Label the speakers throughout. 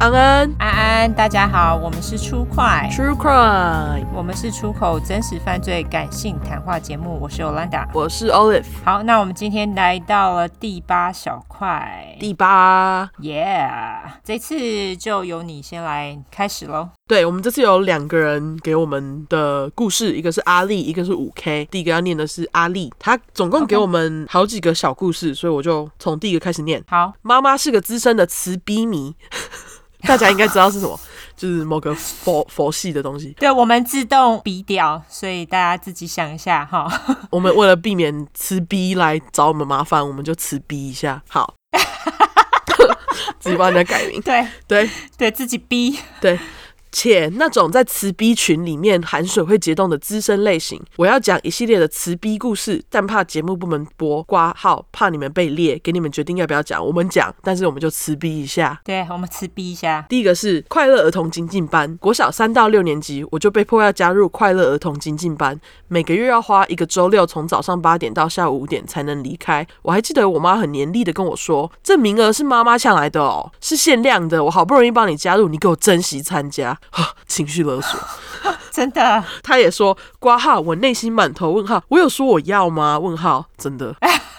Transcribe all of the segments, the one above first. Speaker 1: 安安
Speaker 2: 安安，大家好，我们是出快，
Speaker 1: True Crime，
Speaker 2: 我们是出口真实犯罪感性谈话节目，我是 Olanda。
Speaker 1: 我是 Olive，
Speaker 2: 好，那我们今天来到了第八小块，
Speaker 1: 第八。
Speaker 2: Yeah，这次就由你先来开始喽。
Speaker 1: 对我们这次有两个人给我们的故事，一个是阿丽，一个是五 K。第一个要念的是阿丽，她总共给
Speaker 2: OK
Speaker 1: 我们好几个小故事，所以我就从第一个开始念。
Speaker 2: 好，
Speaker 1: 妈妈是个资深的慈逼迷， 大家应该知道是什么， 就是某个佛佛系的东西。
Speaker 2: 对我们自动比掉，所以大家自己想一下哈。
Speaker 1: 我们为了避免吃逼来找我们麻烦，我们就吃逼一下。好， 自己帮人家改名。
Speaker 2: 对
Speaker 1: 对
Speaker 2: 对，自己逼。
Speaker 1: 对，且那种在吃逼群里面含水会结冻的资深类型，我要讲一系列的吃逼故事，但怕节目部门播挂号，怕你们被列，给你们决定要不要讲。我们讲，但是我们就吃逼一下。
Speaker 2: 对我们吃逼一下。
Speaker 1: 第一个是快乐儿童精进班，国小三到六年级，我就被迫要加入快乐儿童精进班，每个月要花一个周六，从早上八点到下午五点才能离开。我还记得我妈很严厉的跟我说，这名额是妈妈抢来的哦， 是限量的，我好不容易帮你加入，你给我珍惜参加，哈，情绪勒索。
Speaker 2: 真的，
Speaker 1: 她也说，挂号，我内心满头问号，我有说我要吗？问号，真的。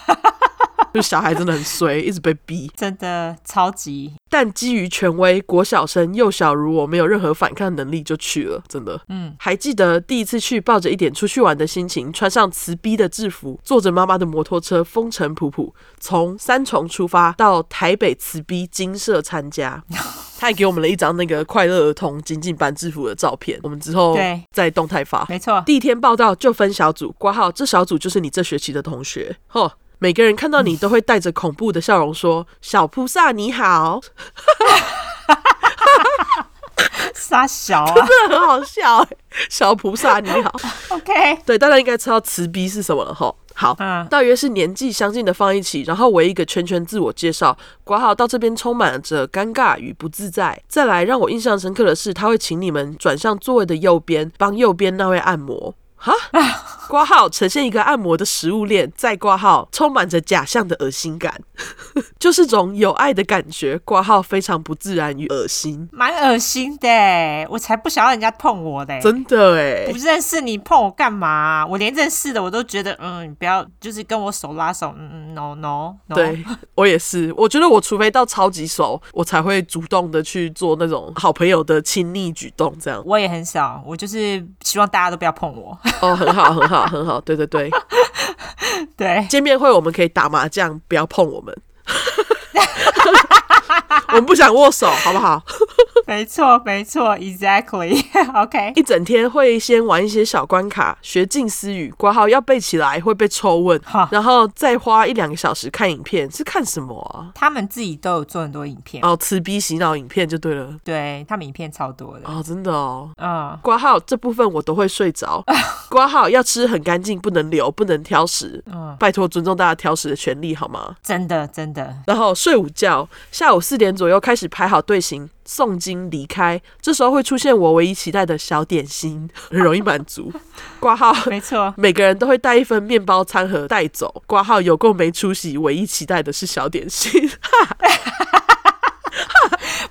Speaker 1: 就小孩真的很衰，一直被逼。
Speaker 2: 真的超级，
Speaker 1: 但基于权威，国小生幼小如我没有任何反抗能力就去了，真的。
Speaker 2: 嗯，
Speaker 1: 还记得第一次去，抱着一点出去玩的心情，穿上慈逼的制服，坐着妈妈的摩托车，风尘仆仆，从三重出发到台北慈逼金社参加。 他还给我们了一张那个快乐儿童精进班制服的照片，我们之后
Speaker 2: 对
Speaker 1: 在动态发。
Speaker 2: 没 错，
Speaker 1: 第一天报到就分小组，挂号这小组就是你这学期的同学。吼，每个人看到
Speaker 2: 嗯
Speaker 1: 你都会带着恐怖的笑容说：“小菩萨你好。
Speaker 2: 傻小啊”
Speaker 1: 很好笑、欸，小菩萨你好。
Speaker 2: ，OK，
Speaker 1: 对，大家应该知道慈逼是什么了吼。好，
Speaker 2: 嗯
Speaker 1: 大约是年纪相近的放一起，然后围一个圈圈自我介绍。挂号到这边充满着尴尬与不自在。再来让我印象深刻的是，他会请你们转向座位的右边，帮右边那位按摩。哈，挂号呈现一个按摩的食物链，再挂号充满着假象的恶心感， 就是种有爱的感觉。挂号非常不自然与恶心，
Speaker 2: 蛮恶心的欸，我才不想要人家碰我的欸。
Speaker 1: 真的哎
Speaker 2: 不，认识你碰我干嘛啊、我连认识的我都觉得，嗯，你不要，就是跟我手拉手，嗯嗯，no no no，
Speaker 1: 对我也是，我觉得我除非到超级熟，我才会主动的去做那种好朋友的亲昵举动，这 样
Speaker 2: 我也很少，我就是希望大家都不要碰我。
Speaker 1: 哦，很好，很好，很好，对对对，
Speaker 2: 对，
Speaker 1: 见面会我们可以打麻将，不要碰我们， 我们不想握手，好不好？
Speaker 2: 没错没错，exactly，OK，、
Speaker 1: 一整天会先玩一些小关卡，学近思语，挂号要背起来会被抽问
Speaker 2: 哈，
Speaker 1: 然后再花一两个小时看影片，是看什么啊？
Speaker 2: 他们自己都有做很多影片，
Speaker 1: 哦，吃逼洗脑影片就对了，
Speaker 2: 对他们影片超多的，
Speaker 1: 哦，真的哦，
Speaker 2: 嗯，
Speaker 1: 挂号这部分我都会睡着。 挂号要吃很干净，不能留，不能挑食。
Speaker 2: 嗯
Speaker 1: 拜托尊重大家挑食的权利好吗？
Speaker 2: 真的真的，
Speaker 1: 然后睡午觉，下午四点左右开始排好队形，诵经离开。这时候会出现我唯一期待的小点心， 很容易满足。挂号，
Speaker 2: 没错，
Speaker 1: 每个人都会带一份面包餐盒带走。挂号有够没出息，唯一期待的是小点 心。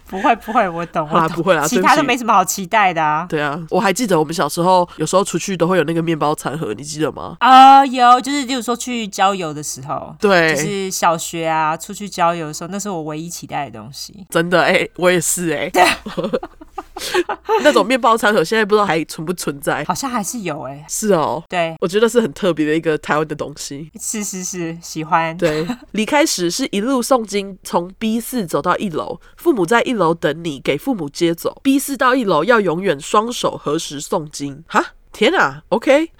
Speaker 2: 不会不会，我懂，
Speaker 1: 好啦
Speaker 2: 我懂，
Speaker 1: 不会啦
Speaker 2: 哦其
Speaker 1: 对不
Speaker 2: 他
Speaker 1: 起
Speaker 2: 都没什么好期待的啊。
Speaker 1: 对啊，我还记得我们小时候有时候出去都会有那个面包餐盒，你记得吗？
Speaker 2: 啊、有，就是例如说去郊游的时候，
Speaker 1: 对，
Speaker 2: 就是小学啊，出去郊游的时候，那是我唯一期待的东西。
Speaker 1: 真的哎、欸我也是哎、欸， 那种面包餐盒现在不知道还存不存在。
Speaker 2: 好像还是有哎、
Speaker 1: 是哦，
Speaker 2: 对，
Speaker 1: 我觉得是很特别的一个台湾的东西。
Speaker 2: 是是是，喜欢。
Speaker 1: 对，离开时是一路诵经，从 B 四走到一楼，父母在一楼等你，给父母接走。B 四到一楼要永远双手合十诵经。哈，天啊，OK，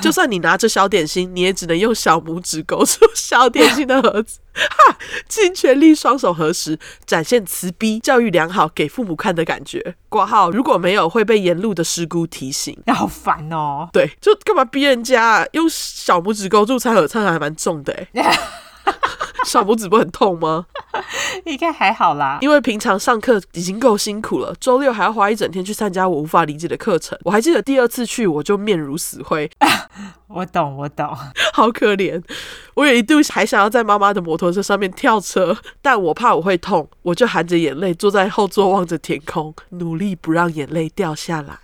Speaker 1: 就算你拿着小点心，你也只能用小拇指勾住小点心的盒子， 哈，尽全力双手合十，展现慈悲、教育良好给父母看的感觉。挂号如果没有，会被沿路的师姑提醒。
Speaker 2: 那好烦哦，
Speaker 1: 对，就干嘛逼人家、啊、用小拇指勾住餐盒？餐盒还蛮重的哎、小拇指不会很痛吗？
Speaker 2: 应该还好啦。
Speaker 1: 因为平常上课已经够辛苦了，周六还要花一整天去参加我无法理解的课程。我还记得第二次去，我就面如死灰，
Speaker 2: 我懂，我懂。
Speaker 1: 好可怜。我有一度还想要在妈妈的摩托车上面跳车，但我怕我会痛，我就含着眼泪坐在后座望着天空，努力不让眼泪掉下来。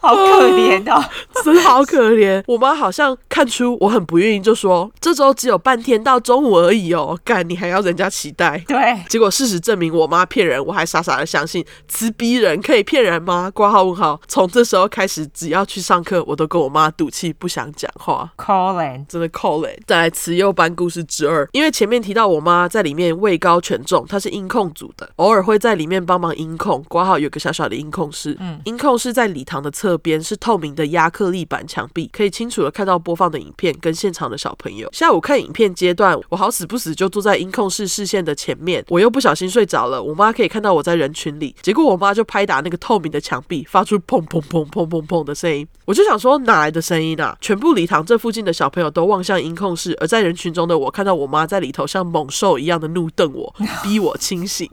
Speaker 2: 好可怜哦。
Speaker 1: 真的好可怜。我妈好像看出我很不愿意，就说这周只有半天到中午而已哦，干你还要人家期待。
Speaker 2: 对，
Speaker 1: 结果事实证明我妈骗人，我还傻傻的相信，吃逼人可以骗人吗？挂号问号。从这时候开始，只要去上课，我都跟我妈赌气，不想讲话。
Speaker 2: Colin，
Speaker 1: 真的扣嘞！再来慈幼班故事之二，因为前面提到我妈在里面位高权重，她是音控组的，偶尔会在里面帮忙音控，挂号有个小小的音控室。嗯，音控室在礼堂的侧边，是透明的亚克力板墙壁，可以清楚的看到播放的影片跟现场的小朋友。下午看影片阶段，我好死不死就坐在音控室视线的前面，我又不小心睡着了，我妈可以看到我在人群里，结果我妈就拍打那个透明的墙壁，发出砰砰砰砰砰砰的声音。我就想说哪来的声音啊？全部礼堂这附近的小朋友都望向音控室，而在人群中的我看到我妈在里头像猛兽一样的怒瞪 我，逼我清醒。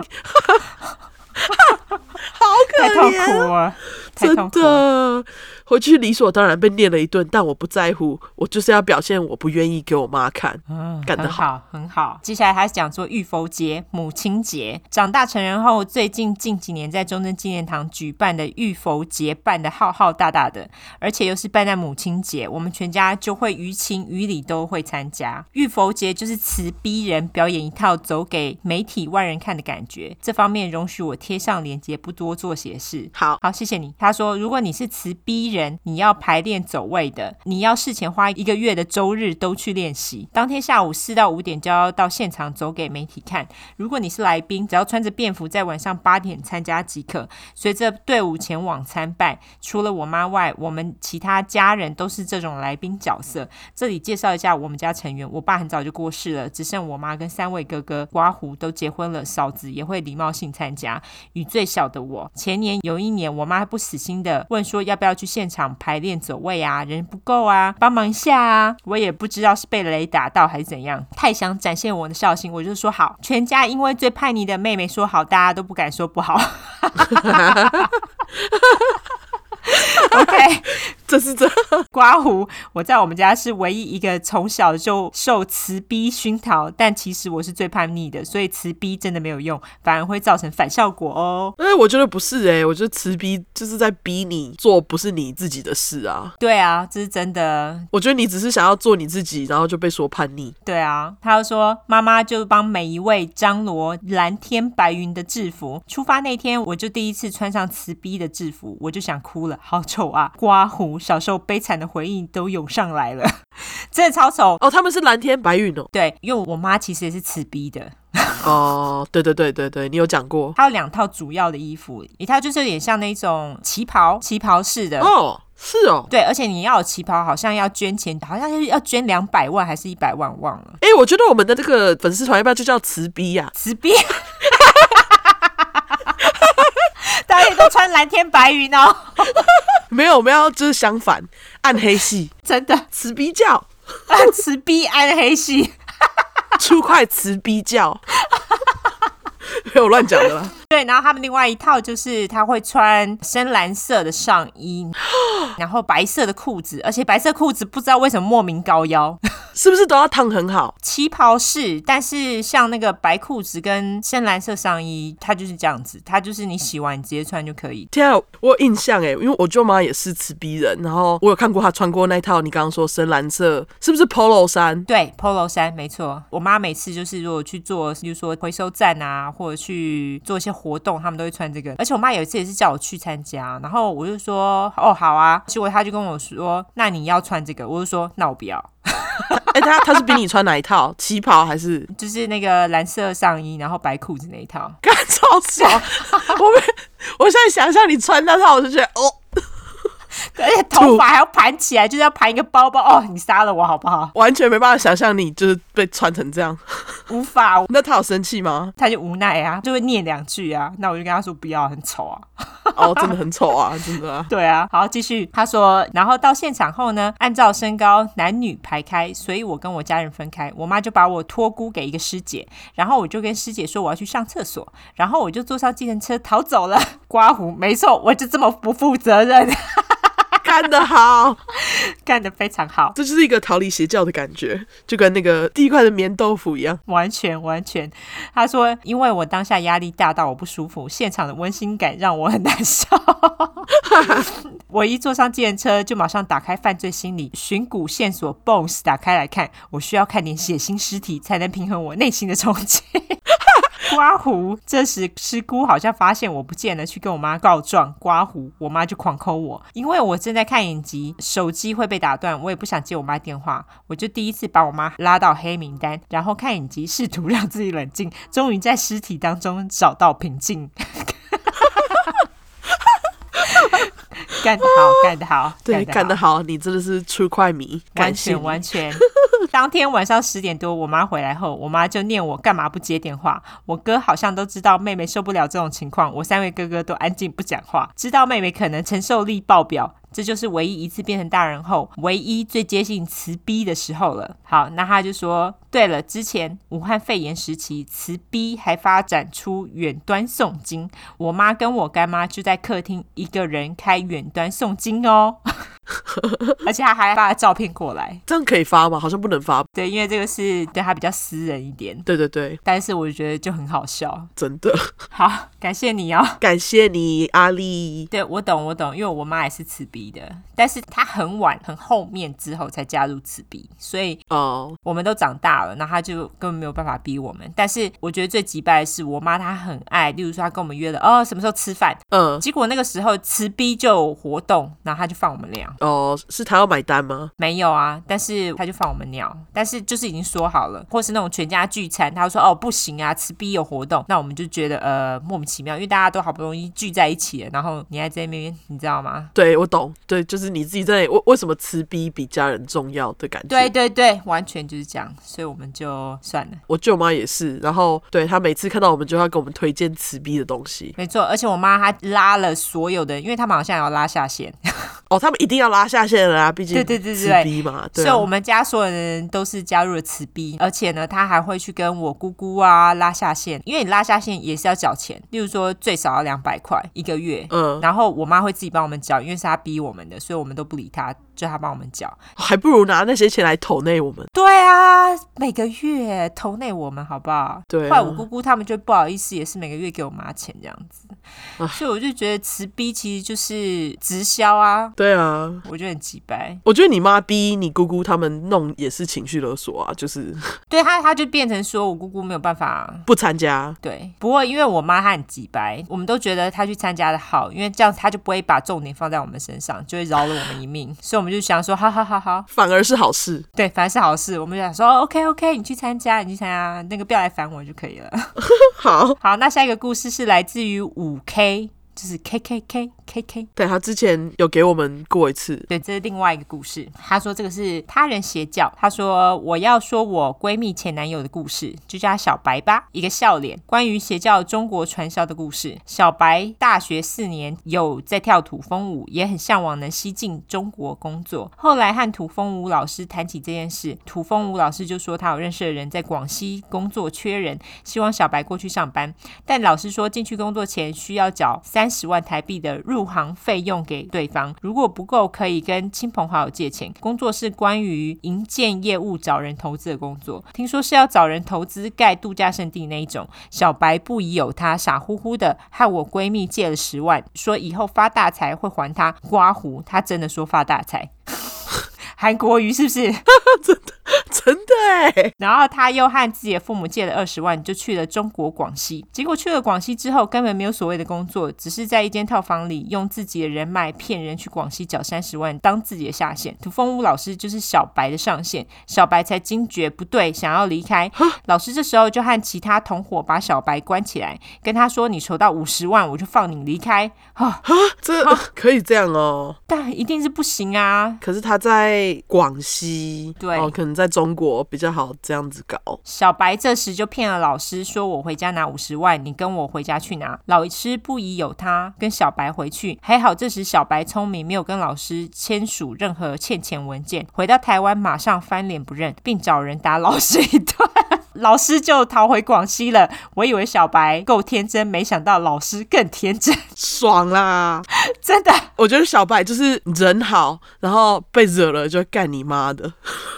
Speaker 1: 好可
Speaker 2: 太痛
Speaker 1: 怜
Speaker 2: 苦
Speaker 1: 啊，
Speaker 2: 了， 太
Speaker 1: 真
Speaker 2: 痛苦了。
Speaker 1: 的。回去理所当然被念了一顿，但我不在乎，我就是要表现我不愿意给我妈看。
Speaker 2: 嗯，
Speaker 1: 干得
Speaker 2: 很好，很好。接下来他讲说玉佛节、母亲节，长大成人后，最近近几年在中正纪念堂举办的玉佛节办的浩浩大大的，而且又是办在母亲节，我们全家就会于情于理都会参加。玉佛节就是慈逼人表演一套走给媒体外人看的感觉，这方面容许我贴上链接，不多做解释。
Speaker 1: 好，
Speaker 2: 好，谢谢你。他说，如果你是慈逼人，你要排练走位的，你要事前花一个月的周日都去练习，当天下午四到五点就要到现场走给媒体看。如果你是来宾，只要穿着便服在晚上八点参加即可。随着队伍前往参拜，除了我妈外，我们其他家人都是这种来宾角色。这里介绍一下我们家成员，我爸很早就过世了，只剩我妈跟三位哥哥、刮胡都结婚了，嫂子也会礼貌性参加。与最小的我。前年有一年，我妈不死心的问说要不要去现场排练走位啊，人不够啊，帮忙一下啊。我也不知道是被雷打到还是怎样，太想展现我的孝心，我就说好。全家因为最叛逆的妹妹说好，大家都不敢说不好。OK，
Speaker 1: 这是这
Speaker 2: 刮胡，我在我们家是唯一一个从小就受慈逼熏陶，但其实我是最叛逆的，所以慈逼真的没有用，反而会造成反效果哦。
Speaker 1: 哎，我觉得不是哎、我觉得慈逼就是在逼你做不是你自己的事啊。
Speaker 2: 对啊，这是真的。
Speaker 1: 我觉得你只是想要做你自己，然后就被说叛逆。
Speaker 2: 对啊，他又说妈妈就帮每一位张罗蓝天白云的制服。出发那天，我就第一次穿上慈逼的制服，我就想哭了，好丑啊！刮胡，小时候悲惨的回忆都涌上来了， 真的超丑。
Speaker 1: 哦，他们是蓝天白云哦。
Speaker 2: 对，因为我妈其实也是慈逼的，
Speaker 1: 哦，对对对对对，你有讲过
Speaker 2: 她有两套主要的衣服，一套就是有点像那种旗袍，旗袍式的。
Speaker 1: 哦，是哦。
Speaker 2: 对，而且你要有旗袍，好像要捐钱，好像是要捐两百万还是一百万，忘了。
Speaker 1: 哎、我觉得我们的这个粉丝团要不要就叫慈逼呀、
Speaker 2: 慈悲。 大家也都穿蓝天白云哦，
Speaker 1: 没有，我们要就是相反，暗黑系
Speaker 2: 真的，
Speaker 1: 慈逼教，
Speaker 2: 啊慈悲暗黑系。
Speaker 1: 出块慈逼教。 没有乱讲的啦。
Speaker 2: 对，然后他们另外一套就是他会穿深蓝色的上衣，然后白色的裤子，而且白色裤子不知道为什么莫名高腰，
Speaker 1: 是不是都要烫很好？
Speaker 2: 旗袍是，但是像那个白裤子跟深蓝色上衣，它就是这样子，它就是你洗完你直接穿就可以。
Speaker 1: 天啊，我有印象哎，因为我舅妈也是慈逼人，然后我有看过她穿过那套你刚刚说深蓝色，是不是 polo 衫？
Speaker 2: 对，polo 衫没错。我妈每次就是如果去做，比如说回收站啊，或者去做一些活动，他们都会穿这个。而且我妈有一次也是叫我去参加，然后我就说哦好啊，结果她就跟我说那你要穿这个，我就说那我不要，
Speaker 1: 哎、她她是比你穿哪一套？旗袍还 是？
Speaker 2: 就是那个蓝色上衣，然后白裤子那一套。
Speaker 1: 干超爽！ 我没，我现在想象你穿那套，我就觉得哦，
Speaker 2: 而且头发还要盘起来，就是要盘一个包包。哦，你杀了我好不好？
Speaker 1: 完全没办法想象你就是被穿成这样。
Speaker 2: 无法，
Speaker 1: 那她有生气吗？
Speaker 2: 她就无奈啊，就会念两句啊。那我就跟她说不要，很丑啊。
Speaker 1: 哦，真的很丑啊， 真的啊。
Speaker 2: 对啊，好，继续。他说，然后到现场后呢，按照身高男女排开，所以我跟我家人分开。我妈就把我托孤给一个师姐，然后我就跟师姐说我要去上厕所，然后我 就坐上计程车逃走了。刮胡，没错，我就这么不负责任。
Speaker 1: 干干得好，
Speaker 2: 干得非常好，
Speaker 1: 这就是一个逃离邪教的感觉，就跟那个第一块的棉豆腐一样。
Speaker 2: 完全完全。他说，因为我当下压力大到我不舒服，现场的温馨感让我很难受。 我一坐上计程车，就马上打开犯罪心理寻古线索 Bones 打开来看，我需要看点血腥尸体才能平衡我内心的冲击。刮胡，这时师姑好像发现我不见了，去跟我妈告状。刮胡，我妈就狂抠我，因为我正在看影集，手机会被打断，我也不想接我妈电话，我就第一次把我妈拉到黑名单，然后看影集，试图让自己冷静，终于在尸体当中找到平静。 干得好，干得好，
Speaker 1: 对，
Speaker 2: 干
Speaker 1: 干
Speaker 2: 得
Speaker 1: 得
Speaker 2: 好，
Speaker 1: 好，你真的是出快迷，
Speaker 2: 完
Speaker 1: 感谢
Speaker 2: 全
Speaker 1: 你。
Speaker 2: 完全。 当天晚上十点多，我妈回来后，我妈就念我干嘛不接电话。我哥好像都知道妹妹受不了这种情况，我三位哥哥都安静不讲话，知道妹妹可能承受力爆表。这就是唯一一次变成大人后，唯一最接近慈逼的时候了。好，那他就说，对了，之前武汉肺炎时期，慈逼还发展出远端诵经，我妈跟我干妈就在客厅一个人开远端诵经哦， 而且她还发照片过来。
Speaker 1: 这样可以发吗？好像不能发。
Speaker 2: 对，因为这个是对他比较私人一点，
Speaker 1: 对对对，
Speaker 2: 但是我觉得就很好笑。
Speaker 1: 真 的，
Speaker 2: 好，感谢你哦。
Speaker 1: 感谢你，阿丽。
Speaker 2: 对我懂，我懂，因为我妈也是慈鼻的，但是她很晚、很后面之后才加入慈鼻，所以
Speaker 1: 哦，
Speaker 2: 我们都长大了，那她就根本没有办法逼我们。但是我觉得最击败的是我妈，她很爱，例如说她跟我们约了哦什么时候吃饭，
Speaker 1: 嗯，
Speaker 2: 结果那个时候慈逼就有活动，然后她就放我们俩。
Speaker 1: 哦，是他要买单吗？
Speaker 2: 没有啊，但是他就放我们鸟，但是就是已经说好了，或是那种全家聚餐，他说哦不行啊，吃 B 有活动，那我们就觉得呃莫名其妙，因为大家都好不容易聚在一起了，然后你还在那边，你知道吗？
Speaker 1: 对，我懂。对，就是你自己在那里为为什么吃逼比家人重要的感觉。
Speaker 2: 对，对对，完全就是这样，所以我们就算了。
Speaker 1: 我舅妈也是。然后，对她每次看到我们就要给我们推荐吃逼的东西。
Speaker 2: 没错，而且我妈她拉了所有的，因为他们好像也要拉下线，
Speaker 1: 哦，他们一定要拉下线了啊，毕竟
Speaker 2: 对对对对
Speaker 1: 吃逼嘛。对
Speaker 2: 所
Speaker 1: 啊
Speaker 2: 以我们家所有的人都是加入了慈逼，而且呢，他还会去跟我姑姑啊拉下线，因为你拉下线也是要缴钱，例如说最少要两百块一个月，
Speaker 1: 嗯，
Speaker 2: 然后我妈会自己帮我们缴，因为是她逼我们的，所以我们都不理她，就她帮我们缴。
Speaker 1: 还不如拿那些钱来投内我们。
Speaker 2: 对啊，每个月投内我们好不好？
Speaker 1: 对啊
Speaker 2: 后来我姑姑他们就不好意思，也是每个月给我妈钱这样子
Speaker 1: 唉，
Speaker 2: 所以我就觉得慈逼其实就是直销啊，
Speaker 1: 对啊，
Speaker 2: 我就很鸡掰。
Speaker 1: 我觉得你妈逼你姑姑他们弄也是情绪勒索啊，就是
Speaker 2: 对她，她就变成说我姑姑没有办法
Speaker 1: 不参加。
Speaker 2: 对，不过因为我妈她很急白，我们都觉得她去参加的好，因为这样她就不会把重点放在我们身上，就会饶了我们一命。所以我们就想说，好好好好，
Speaker 1: 反而是好事，
Speaker 2: 对，反正是好事。我们就想说，OK OK，你去参加，你去参加，那个不要来烦我就可以了。
Speaker 1: 好。
Speaker 2: 好，那下一个故事是来自于五 K，就是 K K K K K。
Speaker 1: 对他之前有给我们过一次，
Speaker 2: 对，这是另外一个故事。他说这个是他人邪教。他说我要说我闺蜜前男友的故事，就叫他小白吧，一个笑脸。关于邪教中国传销的故事，小白大学四年有在跳土风舞，也很向往能西进中国工作。后来和土风舞老师谈起这件事，土风舞老师就说他有认识的人在广西工作缺人，希望小白过去上班。但老师说进去工作前需要缴三十万台币的入行费用给对方，如果不够可以跟亲朋好友借钱。工作是关于营建业务找人投资的工作，听说是要找人投资盖度假胜地那一种。小白不疑有他，傻乎乎的和我闺蜜借了十万，说以后发大财会还他。刮胡，他真的说发大财。 韩国瑜是不是？
Speaker 1: 真的哎，
Speaker 2: 然后他又和自己的父母借了二十万，就去了中国广西。结果去了广西之后，根本没有所谓的工作，只是在一间套房里用自己的人脉骗人去广西缴三十万当自己的下线。土风舞老师就是小白的上线，小白才惊觉不对，想要离开。老师这时候就和其他同伙把小白关起来，跟他说：“你筹到五十万，我就放你离开。啊，
Speaker 1: 这可以这样哦。
Speaker 2: 但一定是不行啊！
Speaker 1: 可是他在广西，
Speaker 2: 对
Speaker 1: 哦，可能在中国比较好这样子搞。
Speaker 2: 小白这时就骗了老师，说我回家拿五十万，你跟我回家去拿。老师不疑有他，跟小白回去。还好这时小白聪明，没有跟老师签署任何欠钱文件。回到台湾，马上翻脸不认，并找人打老师一顿。 老师就逃回广西了。我以为小白够天真，没想到老师更天真，
Speaker 1: 爽啦！
Speaker 2: 真的。
Speaker 1: 我觉得小白就是人好，然后被惹了就干你妈的。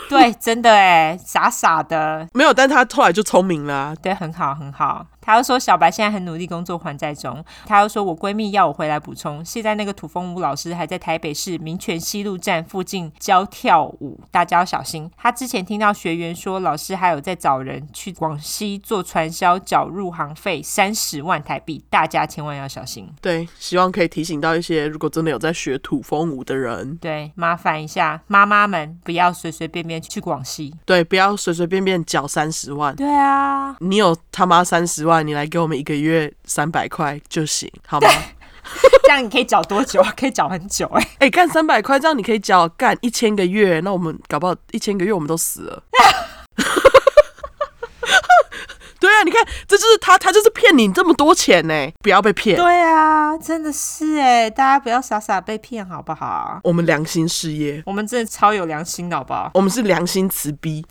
Speaker 2: 对，真的哎，傻傻的，
Speaker 1: 没有，但他后来就聪明啦、
Speaker 2: 对，很好，很好。他又说小白现在很努力工作还债中，他又说我闺蜜要我回来补充。现在那个土风舞老师还在台北市民权西路站附近教跳舞，大家要小心。他之前听到学员说老师还有在找人去广西做传销，缴入行费三十万台币，大家千万要小心。
Speaker 1: 对，希望可以提醒到一些如果真的有在学土风舞的人，
Speaker 2: 对，麻烦一下妈妈们，不要随随便便去广西。
Speaker 1: 对，不要随随便便缴三十万。
Speaker 2: 对啊，
Speaker 1: 你有他妈三十万，你来给我们一个月三百块就行，好吗？
Speaker 2: 这样你可以缴多久啊？ 可以缴很久哎、
Speaker 1: 哎、干三百块，这样你可以缴干一千个月，那我们搞不好一千个月我们都死了。 对啊，你看，这就是他，他就是骗你这么多钱呢，不要被骗。
Speaker 2: 对啊，真的是哎，大家不要傻傻被骗好不好？
Speaker 1: 我们良心事业，
Speaker 2: 我们真的超有良心的好不好？
Speaker 1: 我们是良心慈逼。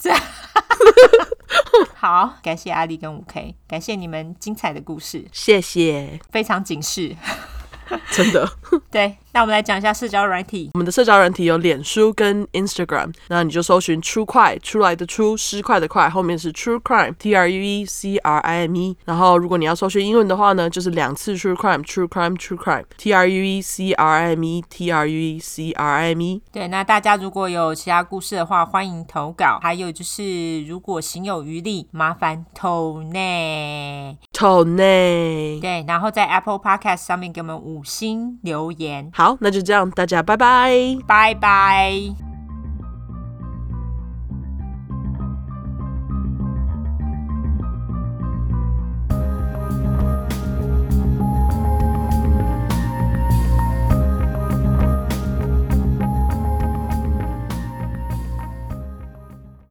Speaker 2: 好，感谢阿丽跟五 K，感谢你们精彩的故事，
Speaker 1: 谢谢，
Speaker 2: 非常警示。
Speaker 1: 真的。
Speaker 2: 对，那我们来讲一下社交软体。
Speaker 1: 我们的社交软体有脸书跟 Instagram，那你就搜寻 True 快出来的出失快的快，后面是 True Crime，T R U E C R I M E。然后如果你要搜寻英文的话呢，就是两次 True Crime，True Crime，True Crime，T R U E C R I M E，T R U E C R I M E。
Speaker 2: 对，那大家如果有其他故事的话，欢迎投稿。还有就是，如果行有余力，麻烦投内。
Speaker 1: 透内。
Speaker 2: 对，然后在 Apple Podcast 上面给我们五星留言，
Speaker 1: 好，那就这样，大家拜拜。
Speaker 2: 拜拜。